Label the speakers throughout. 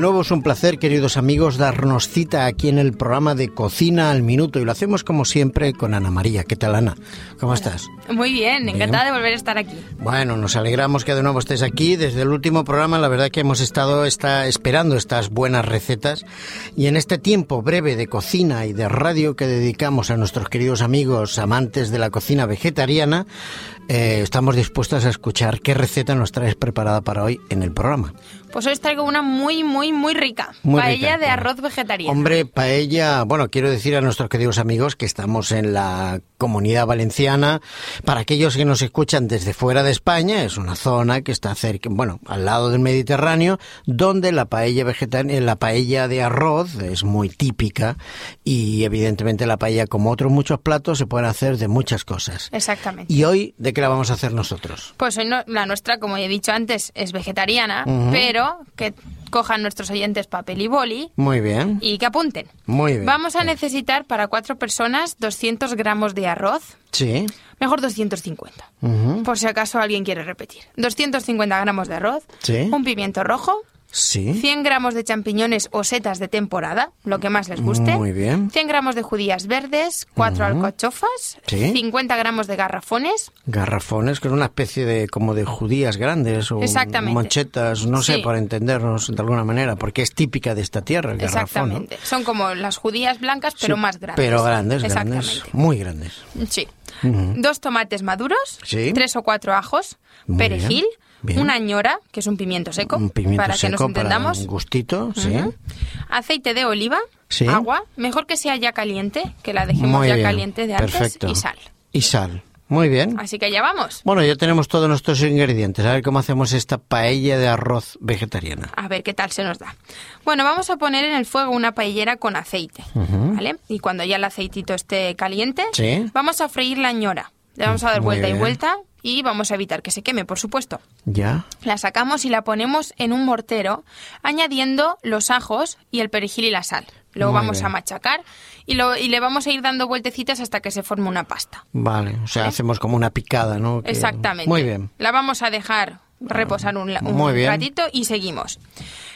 Speaker 1: nuevo es un placer, queridos amigos, darnos cita aquí en el programa de Cocina al Minuto y lo hacemos como siempre con Ana María. ¿Qué tal, Ana? ¿Cómo estás?
Speaker 2: Muy bien,
Speaker 1: Bien.
Speaker 2: encantada de volver a estar aquí.
Speaker 1: Bueno, nos alegramos que de nuevo estés aquí. Desde el último programa, la verdad que hemos estado está, esperando estas buenas recetas. Y en este tiempo breve de cocina y de radio que dedicamos a nuestros queridos amigos amantes de la cocina vegetariana, eh, estamos dispuestas a escuchar qué receta nos traes preparada para hoy en el programa.
Speaker 2: Pues hoy os traigo una muy, muy, muy rica.
Speaker 1: Muy
Speaker 2: paella
Speaker 1: rica,
Speaker 2: de
Speaker 1: claro.
Speaker 2: arroz vegetariano.
Speaker 1: Hombre, paella, bueno, quiero decir a nuestros queridos amigos que estamos en la comunidad valenciana. Para aquellos que nos escuchan desde fuera de España, es una zona que está cerca, bueno, al lado del Mediterráneo, donde la paella vegetariana, la paella de arroz es muy típica y evidentemente la paella, como otros muchos platos, se pueden hacer de muchas cosas.
Speaker 2: Exactamente.
Speaker 1: ¿Y hoy de qué la vamos a hacer nosotros?
Speaker 2: Pues hoy no- la nuestra, como he dicho antes, es vegetariana,
Speaker 1: Ujú.
Speaker 2: pero que cojan nuestros oyentes papel y boli
Speaker 1: Muy bien,
Speaker 2: y que apunten.
Speaker 1: muy bien.
Speaker 2: Vamos a necesitar para cuatro personas 200 gramos de arroz,
Speaker 1: Sí.
Speaker 2: mejor 250.
Speaker 1: ujú,
Speaker 2: Por si acaso alguien quiere repetir. 250 gramos de arroz,
Speaker 1: Sí.
Speaker 2: un pimiento rojo,
Speaker 1: Sí.
Speaker 2: 100 gramos de champiñones o setas de temporada, lo que más les guste.
Speaker 1: Muy bien.
Speaker 2: 100 gramos de judías verdes, 4 alcachofas,
Speaker 1: Sí.
Speaker 2: 50 gramos de garrafones.
Speaker 1: Garrafones, que es una especie de como de judías grandes o
Speaker 2: Exactamente.
Speaker 1: manchetas, no sé,
Speaker 2: Sí.
Speaker 1: para entendernos de alguna manera, porque es típica de esta tierra el garrafón. ¿no?
Speaker 2: Exactamente. Son como las judías blancas,
Speaker 1: Sí,
Speaker 2: pero más grandes.
Speaker 1: Pero grandes, grandes,
Speaker 2: Exactamente.
Speaker 1: muy grandes.
Speaker 2: Sí.
Speaker 1: Ujú.
Speaker 2: Dos tomates maduros,
Speaker 1: Sí.
Speaker 2: tres o cuatro ajos,
Speaker 1: Muy
Speaker 2: perejil,
Speaker 1: bien, bien.
Speaker 2: una ñora, que es un pimiento seco,
Speaker 1: Un pimiento
Speaker 2: para que
Speaker 1: seco
Speaker 2: nos entendamos,
Speaker 1: para un gustito, sí.
Speaker 2: Ujú. aceite de oliva,
Speaker 1: Sí.
Speaker 2: agua, mejor que sea ya caliente, que la dejemos
Speaker 1: Muy
Speaker 2: ya
Speaker 1: bien,
Speaker 2: caliente de antes,
Speaker 1: perfecto.
Speaker 2: y sal.
Speaker 1: Y sal, muy bien.
Speaker 2: Así que ya vamos.
Speaker 1: Bueno, ya tenemos todos nuestros ingredientes. A ver cómo hacemos esta paella de arroz vegetariana.
Speaker 2: A ver qué tal se nos da. Bueno, vamos a poner en el fuego una paellera con aceite, ¿vale? Y cuando ya el aceitito esté caliente,
Speaker 1: Sí.
Speaker 2: vamos a freír la ñora. Le vamos a dar
Speaker 1: Muy
Speaker 2: vuelta y
Speaker 1: bien.
Speaker 2: vuelta y vamos a evitar que se queme, por supuesto.
Speaker 1: ¿Ya?
Speaker 2: La sacamos y la ponemos en un mortero, añadiendo los ajos y el perejil y la sal. Lo
Speaker 1: Muy
Speaker 2: vamos
Speaker 1: bien.
Speaker 2: a machacar y, lo- y le vamos a ir dando vueltecitas hasta que se forme una pasta.
Speaker 1: Vale, o sea, hacemos como una picada, ¿no? Que-
Speaker 2: Exactamente.
Speaker 1: Muy bien.
Speaker 2: La vamos a dejar reposar un, la- un
Speaker 1: Muy bien.
Speaker 2: ratito y seguimos.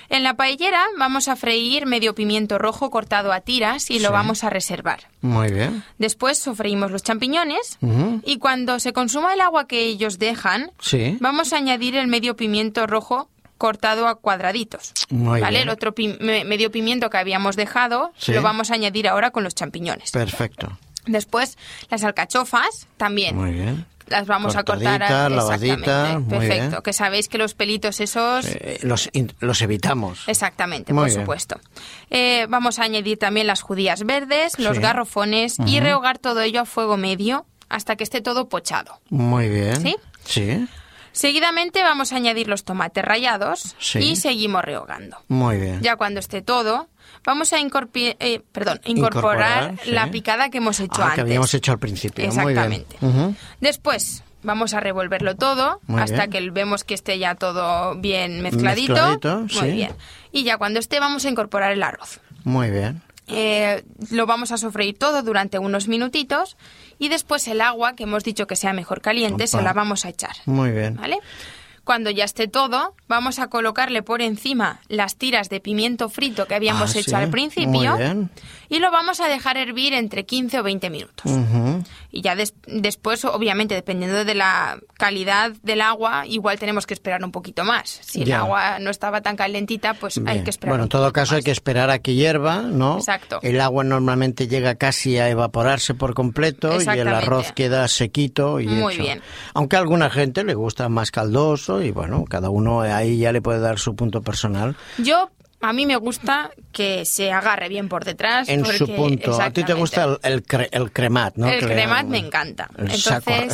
Speaker 2: En la paellera vamos a freír medio pimiento rojo cortado a tiras y lo
Speaker 1: Sí.
Speaker 2: vamos a reservar.
Speaker 1: Muy bien.
Speaker 2: Después sofreímos los champiñones
Speaker 1: Ujú.
Speaker 2: y cuando se consuma el agua que ellos dejan,
Speaker 1: Sí.
Speaker 2: vamos a añadir el medio pimiento rojo cortado a cuadraditos.
Speaker 1: Muy
Speaker 2: ¿Vale?
Speaker 1: bien.
Speaker 2: El otro pi- me- medio pimiento que habíamos dejado
Speaker 1: Sí.
Speaker 2: lo vamos a añadir ahora con los champiñones.
Speaker 1: Perfecto.
Speaker 2: Después las alcachofas también.
Speaker 1: Muy bien.
Speaker 2: Las vamos a
Speaker 1: Cortaditas,
Speaker 2: cortar
Speaker 1: lavaditas,
Speaker 2: exactamente,
Speaker 1: muy
Speaker 2: Perfecto.
Speaker 1: bien.
Speaker 2: Que sabéis que los pelitos esos.
Speaker 1: Eh, los, in- los evitamos.
Speaker 2: Exactamente,
Speaker 1: Muy
Speaker 2: por
Speaker 1: bien.
Speaker 2: supuesto. Eh, vamos a añadir también las judías verdes, los
Speaker 1: Sí.
Speaker 2: garrofones y rehogar todo ello a fuego medio hasta que esté todo pochado.
Speaker 1: Muy bien.
Speaker 2: ¿Sí?
Speaker 1: Sí,
Speaker 2: Seguidamente vamos a añadir los tomates rallados
Speaker 1: Sí.
Speaker 2: y seguimos rehogando.
Speaker 1: muy bien.
Speaker 2: Ya cuando esté todo, vamos a incorpi- eh, perdón, incorporar,
Speaker 1: Incorporar, sí.
Speaker 2: la picada que hemos hecho
Speaker 1: Ah,
Speaker 2: antes.
Speaker 1: que habíamos hecho al principio.
Speaker 2: Exactamente.
Speaker 1: Muy bien. Ujú.
Speaker 2: Después vamos a revolverlo todo
Speaker 1: Muy
Speaker 2: hasta
Speaker 1: bien.
Speaker 2: que vemos que esté ya todo bien mezcladito.
Speaker 1: Mezcladito,
Speaker 2: Muy
Speaker 1: sí.
Speaker 2: bien. Y ya cuando esté vamos a incorporar el arroz.
Speaker 1: Muy bien.
Speaker 2: Eh, lo vamos a sofreír todo durante unos minutitos y después el agua, que hemos dicho que sea mejor caliente, se
Speaker 1: Opa.
Speaker 2: la vamos a echar.
Speaker 1: Muy bien.
Speaker 2: ¿Vale? Cuando ya esté todo, vamos a colocarle por encima las tiras de pimiento frito que habíamos
Speaker 1: Ah,
Speaker 2: hecho
Speaker 1: sí.
Speaker 2: al principio
Speaker 1: Muy bien.
Speaker 2: y lo vamos a dejar hervir entre 15 o 20 minutos.
Speaker 1: Ujú.
Speaker 2: Y ya des- después, obviamente, dependiendo de la calidad del agua, igual tenemos que esperar un poquito más.
Speaker 1: Ya.
Speaker 2: Si el agua no estaba tan calentita, pues hay
Speaker 1: Bien.
Speaker 2: que esperar.
Speaker 1: Bueno, en
Speaker 2: un
Speaker 1: todo
Speaker 2: poquito
Speaker 1: caso hay
Speaker 2: más.
Speaker 1: que esperar a que hierva, ¿no?
Speaker 2: Exacto.
Speaker 1: El agua normalmente llega casi a evaporarse por completo y el
Speaker 2: Exactamente.
Speaker 1: arroz queda sequito y
Speaker 2: Muy
Speaker 1: hecho.
Speaker 2: bien.
Speaker 1: Aunque a alguna gente le gusta más caldoso y bueno, cada uno ahí ya le puede dar su punto personal
Speaker 2: Yo, a mí me gusta que se agarre bien por detrás.
Speaker 1: en su
Speaker 2: porque-
Speaker 1: punto. A ti te
Speaker 2: exactamente.
Speaker 1: gusta el, el, cre- el cremat, ¿no?
Speaker 2: el
Speaker 1: Que le
Speaker 2: cremat
Speaker 1: llaman.
Speaker 2: me encanta.
Speaker 1: El
Speaker 2: Entonces,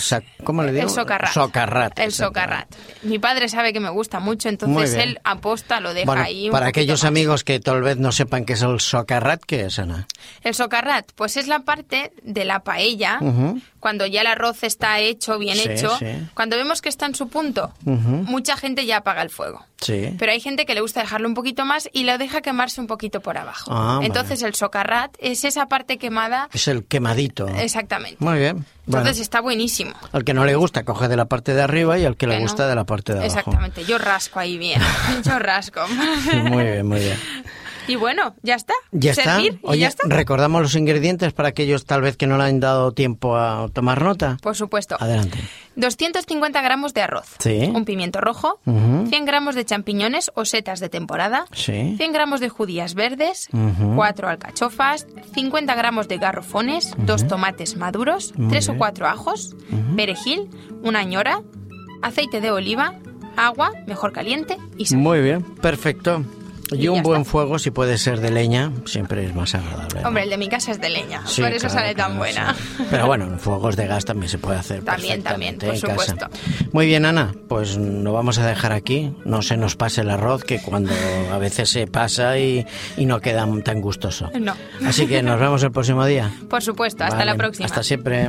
Speaker 1: saco- sac- ¿cómo le digo?
Speaker 2: El socarrat.
Speaker 1: Socarrat,
Speaker 2: El
Speaker 1: exacto.
Speaker 2: socarrat. Mi padre sabe que me gusta mucho,
Speaker 1: Muy
Speaker 2: entonces
Speaker 1: bien.
Speaker 2: él aposta, lo deja
Speaker 1: Bueno,
Speaker 2: ahí. un
Speaker 1: para
Speaker 2: poquito
Speaker 1: aquellos
Speaker 2: más.
Speaker 1: amigos que tal vez no sepan qué es el socarrat, ¿qué es, Ana?
Speaker 2: El socarrat, pues es la parte de la paella,
Speaker 1: Ujú.
Speaker 2: cuando ya el arroz está hecho, bien
Speaker 1: Sí,
Speaker 2: hecho,
Speaker 1: sí.
Speaker 2: cuando vemos que está en su punto, mucha gente ya apaga el fuego.
Speaker 1: Sí.
Speaker 2: Pero hay gente que le gusta dejarlo un poquito más y lo deja quemarse un poquito por abajo.
Speaker 1: Ah, vale.
Speaker 2: Entonces el socarrat es esa parte quemada.
Speaker 1: Es el quemadito.
Speaker 2: Exactamente.
Speaker 1: Muy bien. Bueno,
Speaker 2: Entonces está buenísimo.
Speaker 1: al que no le gusta coge de la parte de arriba y al que le
Speaker 2: Bueno,
Speaker 1: gusta de la parte de abajo.
Speaker 2: Exactamente, yo rasco ahí bien. Yo rasco.
Speaker 1: Muy bien, muy bien.
Speaker 2: y bueno, ya está.
Speaker 1: Ya está.
Speaker 2: Servir y
Speaker 1: Oye,
Speaker 2: ya está.
Speaker 1: recordamos los ingredientes para aquellos tal vez que no le han dado tiempo a tomar nota.
Speaker 2: Por supuesto.
Speaker 1: Adelante.
Speaker 2: 250 gramos de arroz.
Speaker 1: Sí.
Speaker 2: Un pimiento rojo.
Speaker 1: Ujú.
Speaker 2: 100 gramos de champiñones o setas de temporada.
Speaker 1: Sí.
Speaker 2: 100 gramos de judías verdes.
Speaker 1: Ujú.
Speaker 2: 4 alcachofas. 50 gramos de garrofones. 2 tomates maduros.
Speaker 1: Muy
Speaker 2: 3 o
Speaker 1: bien.
Speaker 2: 4 ajos. Perejil. Una añora. Aceite de oliva. Agua, mejor caliente y sal.
Speaker 1: Muy bien, perfecto. Y,
Speaker 2: Y
Speaker 1: un
Speaker 2: ya
Speaker 1: buen
Speaker 2: está.
Speaker 1: fuego, si puede ser de leña, siempre es más agradable. ¿no?
Speaker 2: Hombre, el de mi casa es de leña,
Speaker 1: Sí,
Speaker 2: por eso
Speaker 1: claro,
Speaker 2: sale tan
Speaker 1: claro,
Speaker 2: buena.
Speaker 1: sí. Pero bueno, en fuegos de gas también se puede hacer.
Speaker 2: También, también,
Speaker 1: perfectamente
Speaker 2: por
Speaker 1: en casa.
Speaker 2: supuesto.
Speaker 1: Muy bien, Ana, pues lo vamos a dejar aquí. No se nos pase el arroz, que cuando a veces se pasa y, y no queda tan gustoso.
Speaker 2: No.
Speaker 1: Así que nos vemos el próximo día.
Speaker 2: Por supuesto, hasta la
Speaker 1: Vale,
Speaker 2: próxima.
Speaker 1: Hasta siempre.